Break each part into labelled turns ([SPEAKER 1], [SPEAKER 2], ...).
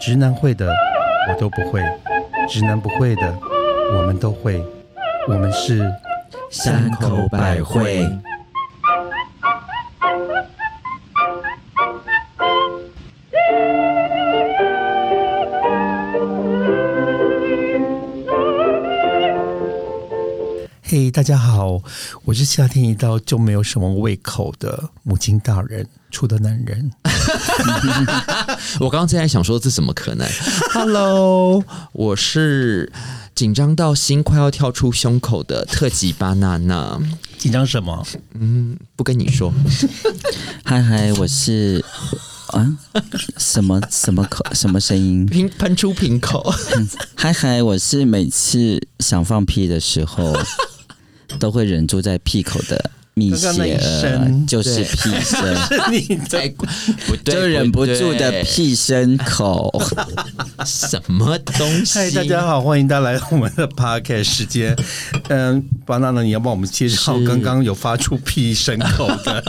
[SPEAKER 1] 直男会的我都不会，直男不会的我们都会，我们是
[SPEAKER 2] 山口百惠。
[SPEAKER 1] 嘿大家好，我是夏天一到就没有什么胃口的母亲大人，处的男人。
[SPEAKER 2] 我刚刚正在想说这怎么可能？Hello，我是紧张到心快要跳出胸口的特级巴娜娜，
[SPEAKER 1] 紧张什么？
[SPEAKER 2] 不跟你说，
[SPEAKER 3] 嗨嗨，我是啊，什么什么口什么声音？
[SPEAKER 2] 瓶喷出瓶口，
[SPEAKER 3] 嗨嗨，我是每次想放屁的时候，都会忍住在屁口的蜜
[SPEAKER 1] 刚刚那一
[SPEAKER 3] 邪恶，
[SPEAKER 1] 声
[SPEAKER 3] 就是屁声，
[SPEAKER 1] 你的
[SPEAKER 2] 哎，不对，
[SPEAKER 3] 就忍不住的
[SPEAKER 2] 对
[SPEAKER 3] 屁声口。
[SPEAKER 2] 什么东西？啊
[SPEAKER 1] 嗨，大家好，欢迎大家来到我们的 podcast 时间。嗯，巴娜娜，你要帮我们介绍
[SPEAKER 2] 是
[SPEAKER 1] 刚刚有发出屁声口 的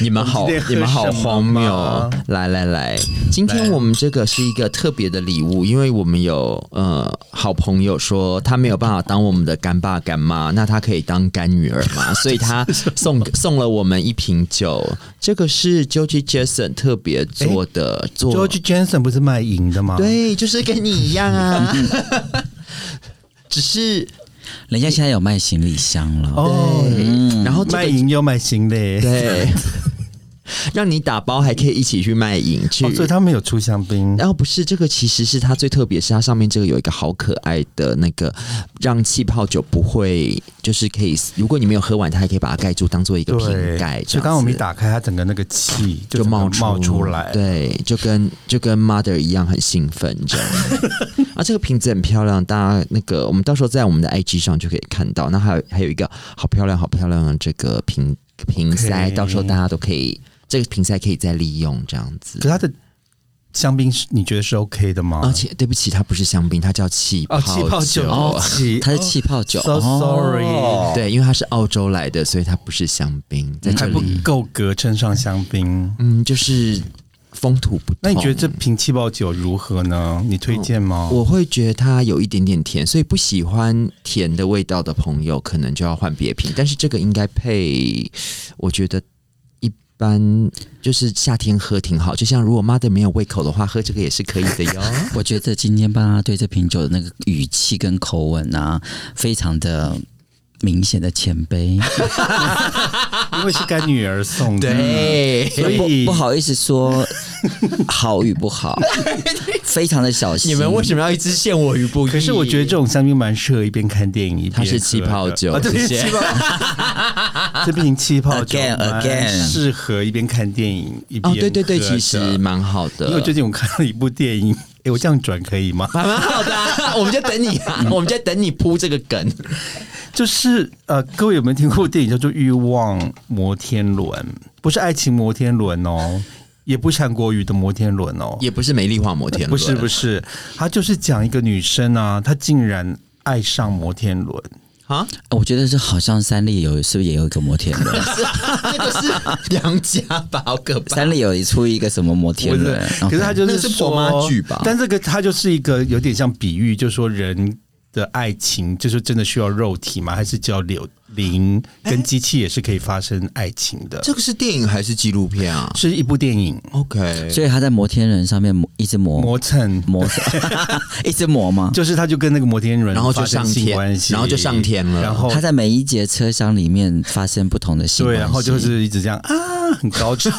[SPEAKER 2] 你们好
[SPEAKER 1] 我们今天，喝
[SPEAKER 2] 你们好荒
[SPEAKER 1] 什
[SPEAKER 2] 谬
[SPEAKER 1] 么！
[SPEAKER 2] 来来来，今天我们这个是一个特别的礼物，因为我们有呃好朋友说他没有办法当我们的干爸干妈，那他可以当干女儿 嘛，所以他送送了我们一瓶酒，这个是 George Jason 特别做的，做
[SPEAKER 1] ？George Jensen 不是卖淫的吗？，
[SPEAKER 2] 对，就是跟你一 样啊，只是
[SPEAKER 3] 人家现在有卖行李箱了，
[SPEAKER 1] 哦，
[SPEAKER 2] 然后这
[SPEAKER 1] 卖
[SPEAKER 2] 个
[SPEAKER 1] 淫又卖心嘞。
[SPEAKER 2] 对，让你打包还可以一起去卖淫去。
[SPEAKER 1] 哦，所以他们有出香槟。
[SPEAKER 2] 然后哦不是这个，其实是它最特别，是它上面这个有一个好可爱的那个，让气泡酒不会就是可以，如果你没有喝完，它还可以把它盖住，当做一个瓶
[SPEAKER 1] 对，
[SPEAKER 2] 盖。
[SPEAKER 1] 所以刚刚我们一打开，它整个那个气
[SPEAKER 2] 这
[SPEAKER 1] 整
[SPEAKER 2] 样子就
[SPEAKER 1] 个
[SPEAKER 2] 冒
[SPEAKER 1] 冒出来。，
[SPEAKER 2] 对，就跟就跟 mother 一样很兴奋，你知 道吗？啊，这个瓶子很漂亮，大家那个我们到时候在我们的 IG 上就可以看到。那还有还有一个好漂亮好漂亮的这个瓶瓶塞，
[SPEAKER 1] OK
[SPEAKER 2] 到时候大家都可以。这个瓶塞可以再利用，这样子
[SPEAKER 1] 可是。它的香槟是你觉得是 OK 的吗？
[SPEAKER 2] 而且对不起，它不是香槟，它叫气
[SPEAKER 1] 哦，气泡酒，
[SPEAKER 2] 啊哦
[SPEAKER 1] 哦， 气
[SPEAKER 3] 它是气泡酒。
[SPEAKER 1] Oh, So
[SPEAKER 3] 哦
[SPEAKER 1] sorry，
[SPEAKER 2] 对，因为它是澳洲来的，所以它不是香槟，在这
[SPEAKER 1] 还不
[SPEAKER 2] 里，
[SPEAKER 1] 够格称上香槟。
[SPEAKER 2] 嗯，就是风土不同。
[SPEAKER 1] 那你觉得这瓶气泡酒如何呢？你推荐吗？
[SPEAKER 2] 哦我会觉得它有一点点甜，所以不喜欢甜的味道的朋友，可能就要换别瓶。但是这个应该配，我觉得一般就是夏天喝挺好。就像如果妈的没有胃口的话，喝这个也是可以 的哟。
[SPEAKER 3] 我觉得今天巴拉对这瓶酒的那个语气跟口吻啊，非常的明显的谦卑。
[SPEAKER 1] 因为是干女儿送的，
[SPEAKER 2] 对，
[SPEAKER 1] 所以
[SPEAKER 3] 哎不不好意 思说好与不好，非常的小心。
[SPEAKER 2] 你们为什么要一直陷我于不义？
[SPEAKER 1] 可是我觉得这种香槟蛮适合一边看电影一边喝
[SPEAKER 2] 它
[SPEAKER 1] 的。
[SPEAKER 2] 是气泡酒
[SPEAKER 1] 啊、这瓶
[SPEAKER 2] 谢谢
[SPEAKER 1] 气泡， 这瓶气泡酒
[SPEAKER 3] Again, again
[SPEAKER 1] 蛮适合一边看电影一边
[SPEAKER 2] 哦，
[SPEAKER 1] 喝的
[SPEAKER 2] 对对对，其实蛮好
[SPEAKER 1] 因为
[SPEAKER 2] 的
[SPEAKER 1] 我。最近我看了一部电影，诶，我这样转可以吗？
[SPEAKER 2] 蛮蛮好的啊、 我们就等你啊，我们就等你铺这个梗。
[SPEAKER 1] 就是呃，各位有没有听过电影叫做《欲望摩天轮》？不是爱情摩天轮哦，也不是韩国语的摩天轮哦，
[SPEAKER 2] 也不是美丽化摩天轮，啊
[SPEAKER 1] 不是不
[SPEAKER 2] 是
[SPEAKER 1] 是，它就是讲一个女生啊，她竟然爱上摩天轮。
[SPEAKER 2] 啊，
[SPEAKER 3] 哦我觉得是好像三立有是不是也有一个摩天 轮？
[SPEAKER 2] 这个是 梁家吧，好可怕。
[SPEAKER 3] 三立有一出一个什么摩天
[SPEAKER 1] 不是
[SPEAKER 3] 轮？
[SPEAKER 1] 可是她
[SPEAKER 3] OK
[SPEAKER 1] 就是
[SPEAKER 2] 那是
[SPEAKER 1] 说
[SPEAKER 2] 婆妈剧吧
[SPEAKER 1] 但这个它就是一个有点像比喻，就说人的爱情就是真的需要肉体吗？还是只要柳灵跟机器也是可以发生爱情的？
[SPEAKER 2] 这个是电影还是纪录片啊
[SPEAKER 1] 是一部电影
[SPEAKER 2] ？OK，
[SPEAKER 3] 所以他在摩天轮上面磨一直磨
[SPEAKER 1] 磨蹭。
[SPEAKER 3] 磨， 一直磨 吗？
[SPEAKER 1] 就是他就跟那个摩天轮，
[SPEAKER 2] 然后就上天
[SPEAKER 1] 关系，
[SPEAKER 2] 然后就上天了
[SPEAKER 1] 然后
[SPEAKER 3] 他在每一节车厢里面发生不同的性
[SPEAKER 1] 对，
[SPEAKER 3] 关
[SPEAKER 1] 然后
[SPEAKER 3] 系
[SPEAKER 1] 就是一直这样啊，很高 潮，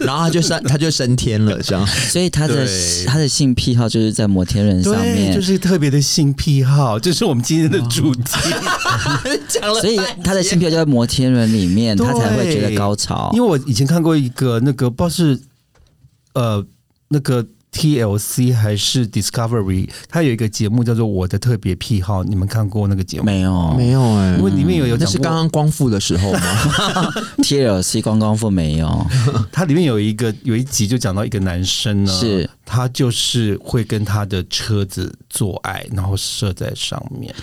[SPEAKER 2] 然后他就 升，他就升天了，这样。
[SPEAKER 3] 所以他的
[SPEAKER 1] 对
[SPEAKER 3] 他的性癖好就是在摩天轮上
[SPEAKER 1] 对，
[SPEAKER 3] 面，
[SPEAKER 1] 就是特别的性癖好，这是我们今天的主题。
[SPEAKER 2] 讲了半
[SPEAKER 3] 所
[SPEAKER 2] 天，
[SPEAKER 3] 以他的性癖好就在摩天轮里面，
[SPEAKER 1] 对
[SPEAKER 3] 他才会觉得高潮
[SPEAKER 1] 因为。我以前看过一个那个，不知道是呃那个 TLC 还是 Discovery，它有一个节目叫做《我的特别癖好》，你们看过那个节目？
[SPEAKER 3] 没有，
[SPEAKER 2] 没有哎、
[SPEAKER 1] 因为里面有有
[SPEAKER 2] 那
[SPEAKER 1] 讲
[SPEAKER 2] 是
[SPEAKER 1] 过
[SPEAKER 2] 刚刚光复的时候吗？
[SPEAKER 3] TLC 光光复没有，
[SPEAKER 1] 它里面有一个有一集就讲到一个男生呢，
[SPEAKER 3] 是
[SPEAKER 1] 他就是会跟他的车子做爱，然后射在上面。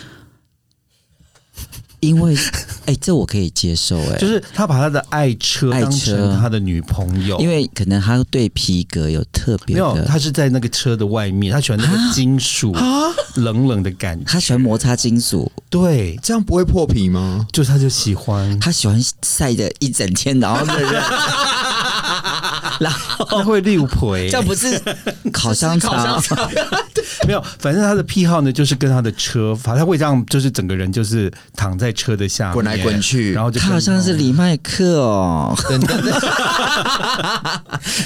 [SPEAKER 3] 因为哎、这我可以接受哎、
[SPEAKER 1] 就是他把他的爱车
[SPEAKER 3] 爱
[SPEAKER 1] 当
[SPEAKER 3] 车
[SPEAKER 1] 成他的女朋友，
[SPEAKER 3] 因为可能他对皮革有特别
[SPEAKER 1] 没有
[SPEAKER 3] 的，啊
[SPEAKER 1] 他是在那个车的外面，他喜欢那个金属冷冷的感觉，
[SPEAKER 3] 他喜欢摩擦金属，
[SPEAKER 1] 对，
[SPEAKER 2] 这样不会破皮吗？
[SPEAKER 1] 就他就喜欢，
[SPEAKER 3] 他喜欢晒的一整天，然后 那个然后
[SPEAKER 1] 他会六陪，
[SPEAKER 3] 这 不是烤香肠，
[SPEAKER 1] 没有，反正他的癖好呢，就是跟他的车，反正他会这样，就是整个人就是躺在车的下面
[SPEAKER 2] 滚来滚去
[SPEAKER 1] 然后就
[SPEAKER 3] 他好像是李麦克哦，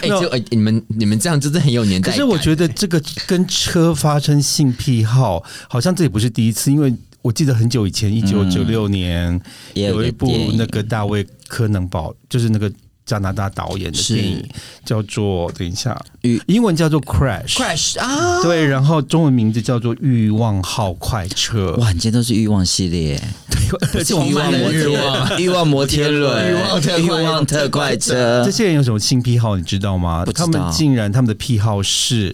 [SPEAKER 2] 哎、就哎、你们你们这样真的很有年代
[SPEAKER 1] 可
[SPEAKER 2] 感。
[SPEAKER 1] 是我觉得这个跟车发生性癖好，好像这也不是第一次，因为我记得很久以前，一九九六年
[SPEAKER 3] 也有一个
[SPEAKER 1] 一部
[SPEAKER 3] 电影
[SPEAKER 1] 那个大卫柯能堡，就是那个加拿大导演的
[SPEAKER 3] 是
[SPEAKER 1] 电影，叫做等一下
[SPEAKER 3] 欲，
[SPEAKER 1] 英文叫做 Crash。
[SPEAKER 2] crash 啊，
[SPEAKER 1] 对，然后中文名字叫做《欲望号快车》。
[SPEAKER 3] 哇，你今天都是欲望系列，
[SPEAKER 1] 而且
[SPEAKER 3] 这种
[SPEAKER 1] 我买了
[SPEAKER 2] 摩
[SPEAKER 1] 欲
[SPEAKER 2] 天
[SPEAKER 3] 欲望摩天轮，
[SPEAKER 2] 欲望特快
[SPEAKER 3] 欲望特快车
[SPEAKER 1] 这，些人有什么性癖好，你知道吗？
[SPEAKER 3] 呃不知道
[SPEAKER 1] 他们竟然他们的癖好是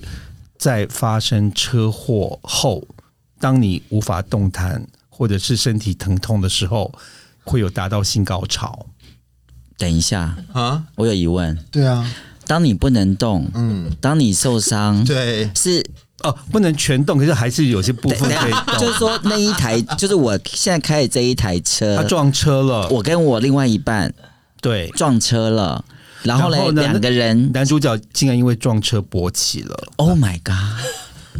[SPEAKER 1] 在发生车祸后，当你无法动弹或者是身体疼痛的时候，会有达到性高潮。
[SPEAKER 3] 等一下，
[SPEAKER 2] 啊，
[SPEAKER 3] 我有疑问，
[SPEAKER 2] 对啊，
[SPEAKER 3] 当你不能动，
[SPEAKER 2] 嗯，
[SPEAKER 3] 当你受伤，
[SPEAKER 2] 对，
[SPEAKER 3] 是
[SPEAKER 1] 哦，不能全动，可是还是有些部分
[SPEAKER 3] 等一
[SPEAKER 1] 可以
[SPEAKER 3] 下，就是
[SPEAKER 1] 动。
[SPEAKER 3] 说那一台，就是我现在开的这一台车
[SPEAKER 1] 他，啊撞车了，
[SPEAKER 3] 我跟我另外一半
[SPEAKER 1] 对，
[SPEAKER 3] 撞车了，然后
[SPEAKER 1] 然
[SPEAKER 3] 嘞
[SPEAKER 1] 后呢
[SPEAKER 3] 两个人
[SPEAKER 1] 男主角竟然因为撞车勃起了，
[SPEAKER 3] ，Oh my god，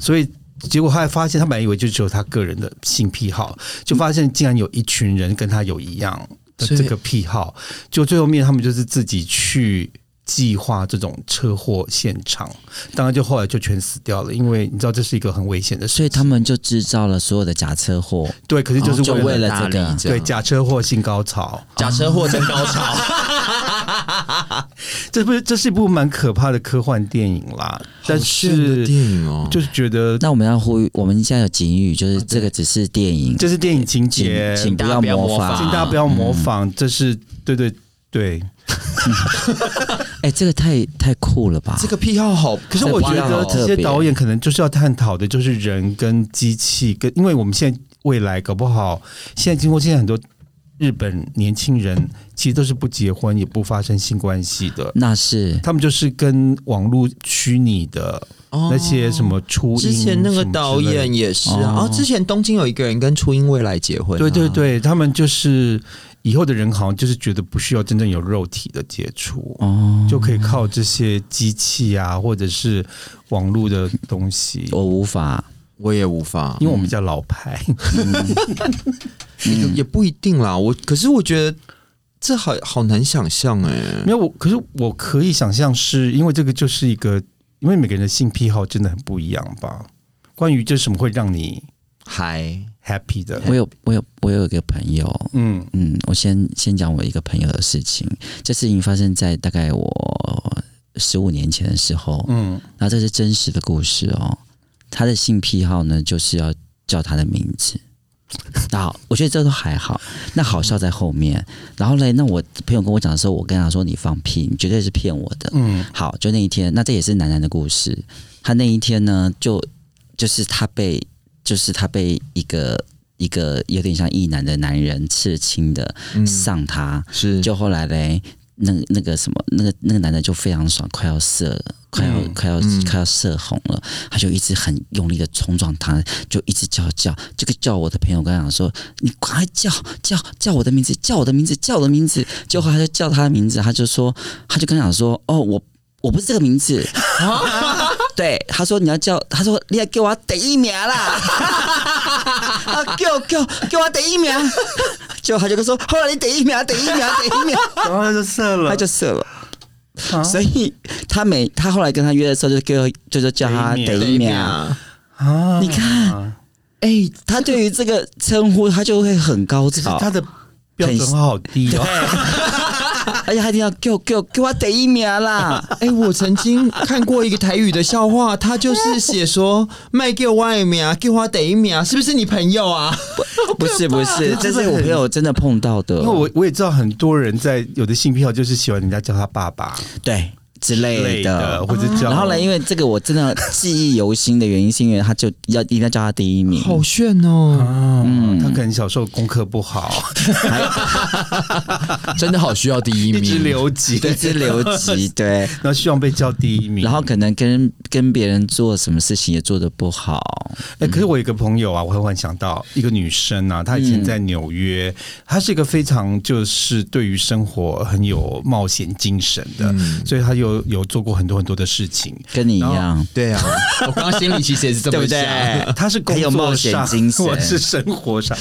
[SPEAKER 1] 所以。结果后来发现，他本来以为就只有他个人的性癖好，就发现竟然有一群人跟他有一样的
[SPEAKER 2] 所以
[SPEAKER 1] 这个癖好，就最后面他们就是自己去计划这种车祸现场，当然就后来就全死掉了，因为你知道这是一个很危险的事，
[SPEAKER 3] 所以他们就制造了所有的假车祸，
[SPEAKER 1] 对，可是
[SPEAKER 2] 哦
[SPEAKER 1] 就是
[SPEAKER 3] 就为
[SPEAKER 1] 为了
[SPEAKER 3] 了这个
[SPEAKER 1] 对假车祸性高潮，
[SPEAKER 2] 假车祸真高潮，
[SPEAKER 1] 这不是这是一部蛮可怕的科幻电影啦，但是
[SPEAKER 2] 电影哦，
[SPEAKER 1] 就是觉得
[SPEAKER 3] 那我们要呼吁，我们现在有警语，就是这个只是电影，
[SPEAKER 1] 这是电影情
[SPEAKER 3] 请
[SPEAKER 1] 节，
[SPEAKER 3] 请
[SPEAKER 1] 请
[SPEAKER 3] 不
[SPEAKER 2] 大家
[SPEAKER 3] 要
[SPEAKER 2] 不要
[SPEAKER 3] 模
[SPEAKER 2] 模
[SPEAKER 3] 仿。
[SPEAKER 2] 仿请
[SPEAKER 1] 大家不要模仿，这是对对对。
[SPEAKER 3] 哎、这个太太酷了吧？
[SPEAKER 2] 这个癖好好，可
[SPEAKER 1] 可是我觉
[SPEAKER 3] 哇
[SPEAKER 1] 得
[SPEAKER 3] 好特
[SPEAKER 1] 这
[SPEAKER 3] 别
[SPEAKER 1] 些导演可能就是要探讨的，就是人跟机器跟，因为我们现在未来搞不好，现在经过现在很多日本年轻人其实都是不结婚也不发生性关系的，
[SPEAKER 3] 那是
[SPEAKER 1] 他们就是跟网络虚拟的那些什么初音
[SPEAKER 2] 哦之前那个导
[SPEAKER 1] 什么之类
[SPEAKER 2] 演
[SPEAKER 1] 的。
[SPEAKER 2] 也是啊，
[SPEAKER 3] 哦
[SPEAKER 2] 哦，之前东京有一个人跟初音未来结婚、啊，
[SPEAKER 1] 对对对，他们就是以后的人好像就是觉得不需要真正有肉体的接触，
[SPEAKER 3] 哦，
[SPEAKER 1] 就可以靠这些机器啊，或者是网络的东西。
[SPEAKER 3] 我无法。
[SPEAKER 2] 我也无法，
[SPEAKER 1] 因为我们比较老牌，
[SPEAKER 2] 嗯也不一定啦。我可是我觉得这好好难想象哎、
[SPEAKER 1] 没有我，可是我可以想象，是因为这个就是一个，因为每个人的性癖好真的很不一样吧。关于这什么会让你
[SPEAKER 2] 还
[SPEAKER 1] happy 的，
[SPEAKER 3] 我有我有我有一个朋友，
[SPEAKER 1] 嗯，
[SPEAKER 3] 嗯，我先先讲我一个朋友的事情。这事情发生在大概我十五年前的时候，
[SPEAKER 1] 嗯，
[SPEAKER 3] 然后这是真实的故事哦。他的性癖好呢，就是要叫他的名字。那好我觉得这都还好，那好笑在后面。然后嘞，那我朋友跟我讲的时候，我跟他说：“你放屁，你绝对是骗我的。”
[SPEAKER 1] 嗯，
[SPEAKER 3] 好，就那一天，那这也是楠楠的故事。他那一天呢，就就是他被，就是他被一个一个有点像异男的男人刺青的
[SPEAKER 2] 嗯
[SPEAKER 3] 上他，
[SPEAKER 2] 是
[SPEAKER 3] 就后来嘞，那那个什么，那个那个男的就非常爽，快要射了，快要、
[SPEAKER 1] 嗯
[SPEAKER 3] 快要、
[SPEAKER 2] 嗯
[SPEAKER 3] 快要射红了，他就一直很用力的冲撞他，就一直叫叫，这个叫我的朋友跟他讲说，你快叫叫叫我的名字，叫我的名字，叫我的名字，结果他就叫他的名字，他就说，他就跟他讲说，哦，我我不是这个名字。对，他说你要叫，他说你要给我第一名啦，啊，给我给我给我第一名，结果他就说，后来你第一名，第一名，啊第一名，
[SPEAKER 1] 然后他啊就射了，
[SPEAKER 3] 他就射了。
[SPEAKER 1] 啊
[SPEAKER 3] 所以他每他后来跟他约的时候，就给我就是叫他
[SPEAKER 1] 得一
[SPEAKER 3] 得
[SPEAKER 1] 秒
[SPEAKER 3] 一秒。
[SPEAKER 1] 啊
[SPEAKER 3] 你看，
[SPEAKER 2] 哎、
[SPEAKER 3] 他对于这个称呼，他就会很高
[SPEAKER 1] 就是
[SPEAKER 3] 潮，
[SPEAKER 1] 他的标准好低哦，
[SPEAKER 3] 而且他一定要给我给我给我得一秒啦。
[SPEAKER 2] 哎、我曾经看过一个台语的笑话，他就是写说卖给我外面，给我得一秒，是不是你朋友啊？
[SPEAKER 3] 不是不是，这是我朋友真的碰到的。
[SPEAKER 1] 因为我我也知道很多人在有的性癖好就是喜欢人家叫他爸爸，
[SPEAKER 3] 对之类
[SPEAKER 1] 类
[SPEAKER 3] 的
[SPEAKER 1] 的，。或者叫
[SPEAKER 3] 然后呢，因为这个我真的记忆犹新的原因，是因为他就要一定要叫他第一名，
[SPEAKER 2] 好炫哦，
[SPEAKER 1] 啊，
[SPEAKER 3] 嗯
[SPEAKER 1] 他可能小时候功课不好，
[SPEAKER 2] 真的好需要第一
[SPEAKER 1] 一
[SPEAKER 2] 名，
[SPEAKER 1] 直留级，
[SPEAKER 3] 一直留级，对。
[SPEAKER 1] 然后希望被叫第一名。
[SPEAKER 3] 然后可能跟跟别人做什么事情也做得不好，
[SPEAKER 1] 哎、
[SPEAKER 3] 嗯
[SPEAKER 1] 可是我有一个朋友啊，我忽然想到一个女生啊，她以前在纽约，她是一个非常就是对于生活很有冒险精神的，
[SPEAKER 3] 嗯
[SPEAKER 1] 所以她有有做过很多很多的事情。
[SPEAKER 3] 跟你一样。
[SPEAKER 2] 对啊，我刚刚心里其实也是这
[SPEAKER 3] 对
[SPEAKER 2] 么
[SPEAKER 3] 不对
[SPEAKER 2] 想，？
[SPEAKER 1] 她是工
[SPEAKER 3] 很有冒
[SPEAKER 1] 作
[SPEAKER 3] 险
[SPEAKER 1] 上
[SPEAKER 3] 精 神
[SPEAKER 1] 或是生活上，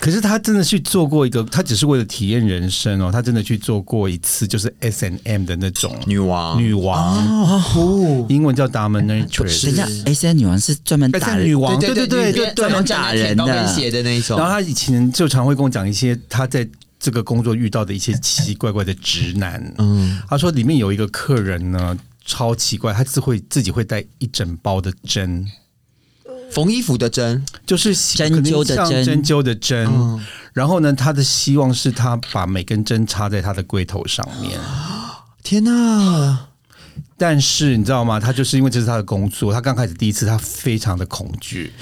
[SPEAKER 1] 可是她真的去做过一个，她只是为了体验人生哦，她真的去做过一次就是 S and M 的那种
[SPEAKER 2] 女王，
[SPEAKER 1] 女王，英文叫 dominatrix
[SPEAKER 3] 哦等一。下，S N 女王是专门打
[SPEAKER 1] S
[SPEAKER 3] 人
[SPEAKER 1] 女王，
[SPEAKER 2] 对
[SPEAKER 1] 对
[SPEAKER 2] 对
[SPEAKER 1] 对，
[SPEAKER 2] 专门
[SPEAKER 3] 打人的
[SPEAKER 2] 刀跟鞋的那一种
[SPEAKER 1] 然后。他以前就常会跟我讲一些他在这个工作遇到的一些奇奇怪怪的直男。
[SPEAKER 2] 嗯，
[SPEAKER 1] 他说里面有一个客人呢，超奇怪，他自会自己会带一整包的针，
[SPEAKER 2] 缝衣服的针，
[SPEAKER 1] 就是
[SPEAKER 3] 针灸的针嗯
[SPEAKER 1] 可能像针灸的针。然后呢，他的希望是他把每根针插在他的龟头上面。
[SPEAKER 2] 天哪！
[SPEAKER 1] 但是你知道吗？他就是因为这是他的工作，他刚开始第一次他非常的恐惧，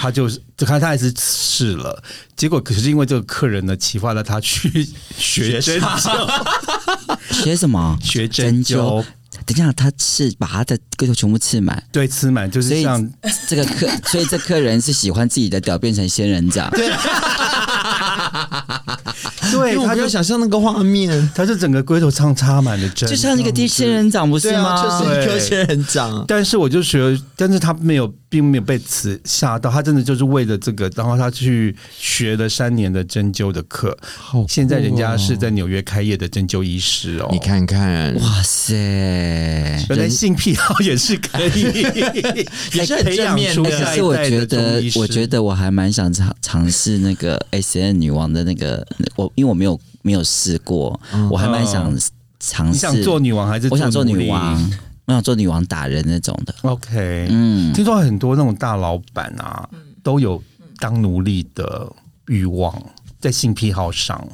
[SPEAKER 1] 他就是就看他还是试了，结果可是因为这个客人呢，启发了他去学针灸，
[SPEAKER 3] 学什么？
[SPEAKER 1] 学针灸，。
[SPEAKER 3] 等一下，他刺把他的龟头全部刺满，
[SPEAKER 1] 对，吃满就
[SPEAKER 3] 所
[SPEAKER 1] 是
[SPEAKER 3] 以
[SPEAKER 1] 像
[SPEAKER 3] 这 个客，所以这客人是喜欢自己的屌变成仙人掌。
[SPEAKER 1] 啊
[SPEAKER 3] 对，
[SPEAKER 1] 对
[SPEAKER 2] 因为我
[SPEAKER 1] 他
[SPEAKER 2] 没
[SPEAKER 1] 就
[SPEAKER 2] 有想象那个画面，
[SPEAKER 1] 他就整个龟头上插满了针，
[SPEAKER 3] 就像那个地仙人掌不是吗？
[SPEAKER 2] 啊就
[SPEAKER 1] 对啊
[SPEAKER 2] 是一颗仙人掌。
[SPEAKER 1] 但是我就学，但是他没有，并没有被此吓到，他真的就是为了这个，然后他去学了三年的针灸的课，
[SPEAKER 2] 好
[SPEAKER 1] 现在人家是在纽约开业的针灸医师哦，
[SPEAKER 2] 你看看，
[SPEAKER 3] 哇塞！哎
[SPEAKER 1] 原来性癖好也是可 以，也
[SPEAKER 2] 是很正面的
[SPEAKER 1] 下
[SPEAKER 3] 可
[SPEAKER 1] 一
[SPEAKER 3] 是我
[SPEAKER 1] 代
[SPEAKER 3] 觉
[SPEAKER 1] 的中
[SPEAKER 3] 得
[SPEAKER 1] 医，师
[SPEAKER 3] 我觉得我还蛮想尝尝试那个 S N 女王的那个，我因为我没有没有试过，我还蛮想尝
[SPEAKER 1] 嗯你
[SPEAKER 3] 试。
[SPEAKER 1] 想做女王还是
[SPEAKER 3] 嗯我想做
[SPEAKER 1] 奴
[SPEAKER 3] 女
[SPEAKER 1] 隶
[SPEAKER 3] 王，我想做女王打人那种的。
[SPEAKER 1] ？OK，
[SPEAKER 3] 嗯，
[SPEAKER 1] 听说很多那种大老板啊，都有当奴隶的欲望，在性癖好上，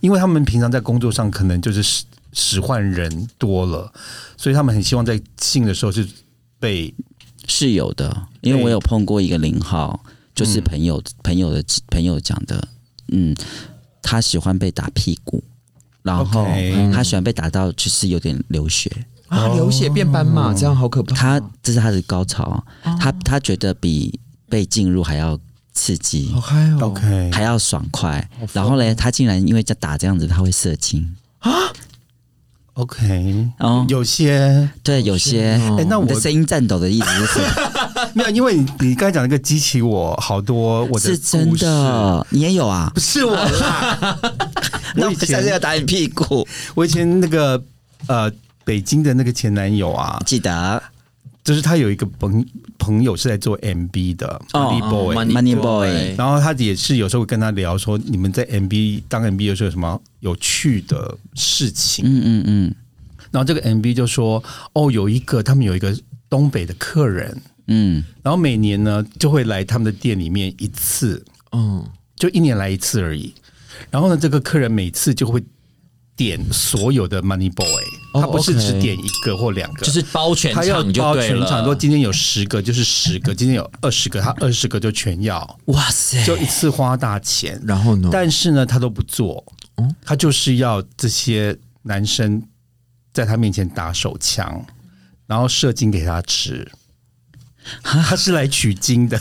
[SPEAKER 1] 因为他们平常在工作上可能就是使使唤人多了，所以他们很希望在性的时候是被
[SPEAKER 3] 是有的，因为
[SPEAKER 1] 对
[SPEAKER 3] 我有碰过一个零号，
[SPEAKER 1] 嗯
[SPEAKER 3] 就是朋友、朋友的朋友讲的，嗯，他喜欢被打屁股，然后
[SPEAKER 1] OK
[SPEAKER 3] 他喜欢被打到就是有点流血，
[SPEAKER 2] 啊，流血变斑马，这样好可怕。
[SPEAKER 1] 哦
[SPEAKER 3] 他这是他的高潮，他他觉得比被进入还要刺激。
[SPEAKER 2] 好嗨哦
[SPEAKER 1] OK，
[SPEAKER 3] 还要爽快，然后嘞，他竟然因为在打这样子，他会射精。
[SPEAKER 1] OK，
[SPEAKER 3] 哦，
[SPEAKER 1] 有些
[SPEAKER 3] 对，有些，
[SPEAKER 1] 哎那
[SPEAKER 3] 你的
[SPEAKER 1] 我
[SPEAKER 3] 声音颤抖的意思是 什么
[SPEAKER 1] 没有，因为你你刚才讲那个激起我好多我的
[SPEAKER 3] 是真
[SPEAKER 1] 故事
[SPEAKER 3] 的，你也有啊？
[SPEAKER 1] 不是我 啦。
[SPEAKER 3] 那
[SPEAKER 1] 我
[SPEAKER 3] 我
[SPEAKER 1] 以
[SPEAKER 3] 下次要
[SPEAKER 1] 前
[SPEAKER 3] 打你屁 股，
[SPEAKER 1] 我以前那个呃北京的那个前男友啊，
[SPEAKER 3] 记得。
[SPEAKER 1] 就是他有一个朋朋友是在做 MB 的
[SPEAKER 3] 哦
[SPEAKER 1] Money Boy，、
[SPEAKER 3] Money Boy
[SPEAKER 1] 然后他也是有时候会跟他聊说，你们在 MB 当 MB 的时候有什么有趣的事情？
[SPEAKER 3] 嗯嗯嗯
[SPEAKER 1] 然后这个 MB 就说，哦，有一个他们有一个东北的客人，
[SPEAKER 3] 嗯，
[SPEAKER 1] 然后每年呢就会来他们的店里面一次，
[SPEAKER 2] 嗯，
[SPEAKER 1] 就一年来一次而已。然后呢，这个客人每次就会点所有的 Money Boy，、
[SPEAKER 2] 哦
[SPEAKER 1] 他不是
[SPEAKER 2] OK
[SPEAKER 1] 只点一个或两个，
[SPEAKER 4] 就是包全
[SPEAKER 1] 他要
[SPEAKER 4] 场就
[SPEAKER 1] 包
[SPEAKER 4] 对
[SPEAKER 1] 全
[SPEAKER 4] 了。
[SPEAKER 1] 场，说今天有十个就是十个，今天有二十个，他二十个就全要，
[SPEAKER 3] 哇塞，
[SPEAKER 1] 就一次花大钱。
[SPEAKER 4] 嗯
[SPEAKER 2] 然后呢？
[SPEAKER 1] 但是呢，他都不做，他就是要这些男生在他面前打手枪，然后射精给他吃。他是来取经的，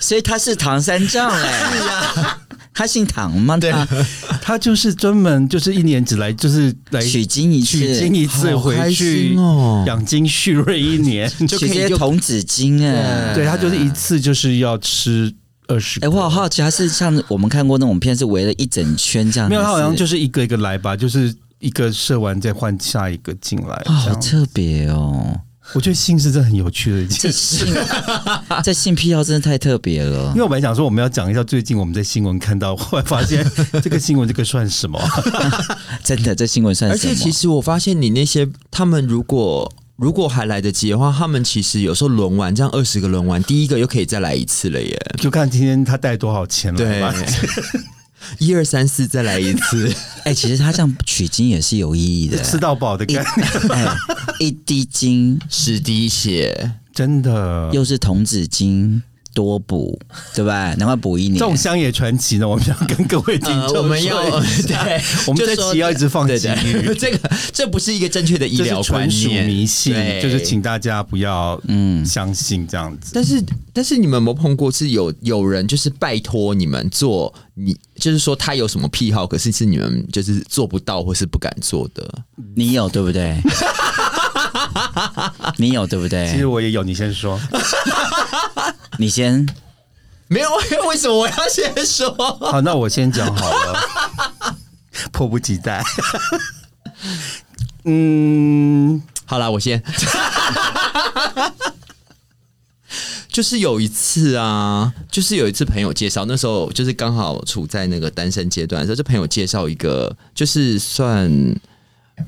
[SPEAKER 3] 所以他是唐三藏嘞、
[SPEAKER 1] 啊
[SPEAKER 3] 他姓唐吗？对，
[SPEAKER 1] 他就是专门就是一年只来就是来
[SPEAKER 3] 取经一次，
[SPEAKER 1] 取经一次
[SPEAKER 2] 好开
[SPEAKER 1] 回去
[SPEAKER 2] 心哦
[SPEAKER 1] 养精蓄锐一 年，就
[SPEAKER 3] 取这些童子精哎、
[SPEAKER 2] 啊
[SPEAKER 1] 对他就是一次就是要吃二十。
[SPEAKER 3] 哎、我好好奇，他是像我们看过那种片，是围了一整圈这样
[SPEAKER 1] 没
[SPEAKER 3] 子，
[SPEAKER 1] 有，他好像就是是一个一个来吧，就是一个射完再换下一个进来。
[SPEAKER 3] 啊、
[SPEAKER 1] 这
[SPEAKER 3] 好
[SPEAKER 1] 样，
[SPEAKER 3] 特别 哦。
[SPEAKER 1] 我觉得性是真的很有趣的一
[SPEAKER 3] 这
[SPEAKER 1] 件事。
[SPEAKER 3] 性这性癖好真的太特别了
[SPEAKER 1] 因为。我本来想说我们要讲一下最近我们在新闻看到，后来发 现这个新闻这个算什么？
[SPEAKER 3] 真的，这新闻算
[SPEAKER 2] 而
[SPEAKER 3] 什么？
[SPEAKER 2] 且其实我发现你那些他们如果如果还来得及的话，他们其实有时候轮完这样二十个轮完，第一个又可以再来一次了耶。
[SPEAKER 1] 就看今天他带多少钱了
[SPEAKER 2] 对
[SPEAKER 1] 吧。
[SPEAKER 2] 一二三四再来一次，
[SPEAKER 3] 哎、其实他这样取经也是有意义 的。
[SPEAKER 1] 吃到饱的
[SPEAKER 3] 一
[SPEAKER 1] 感觉，
[SPEAKER 3] 哎，一滴精
[SPEAKER 2] 十滴血，
[SPEAKER 1] 真的。
[SPEAKER 3] 又是童子精，多补，对吧？难怪补一年。
[SPEAKER 1] 这种乡野传奇呢，我们要跟各位听
[SPEAKER 2] 呃，
[SPEAKER 1] 众
[SPEAKER 2] 我们要
[SPEAKER 1] 说一下
[SPEAKER 2] 对，
[SPEAKER 1] 我们
[SPEAKER 2] 就
[SPEAKER 1] 这
[SPEAKER 2] 说
[SPEAKER 1] 期要一直放
[SPEAKER 2] 对
[SPEAKER 1] 机
[SPEAKER 2] 对
[SPEAKER 1] 遇，
[SPEAKER 2] 这个这不是一个正确的医
[SPEAKER 1] 这
[SPEAKER 2] 疗
[SPEAKER 1] 是
[SPEAKER 2] 观
[SPEAKER 1] 纯属
[SPEAKER 2] 念，
[SPEAKER 1] 迷信，
[SPEAKER 2] 对
[SPEAKER 1] 就是请大家不要嗯相信这样子。
[SPEAKER 2] 但是，但是你们有没有碰过是有有人就是拜托你们做，你就是说他有什么癖好，可是是你们就是做不到或是不敢做的？
[SPEAKER 3] 你有对不对？你有对不
[SPEAKER 1] 其实
[SPEAKER 3] 对？
[SPEAKER 1] 我也有，你先说。
[SPEAKER 3] 你先，
[SPEAKER 2] 没有，为什么我要先说？
[SPEAKER 1] 好，那我先讲好 了，迫不及待。嗯，
[SPEAKER 2] 好啦，我先。 就是有一次啊，就是有一次朋友介绍，那时候就是刚好处在那个单身阶段的时候，就朋友介绍一个，就是算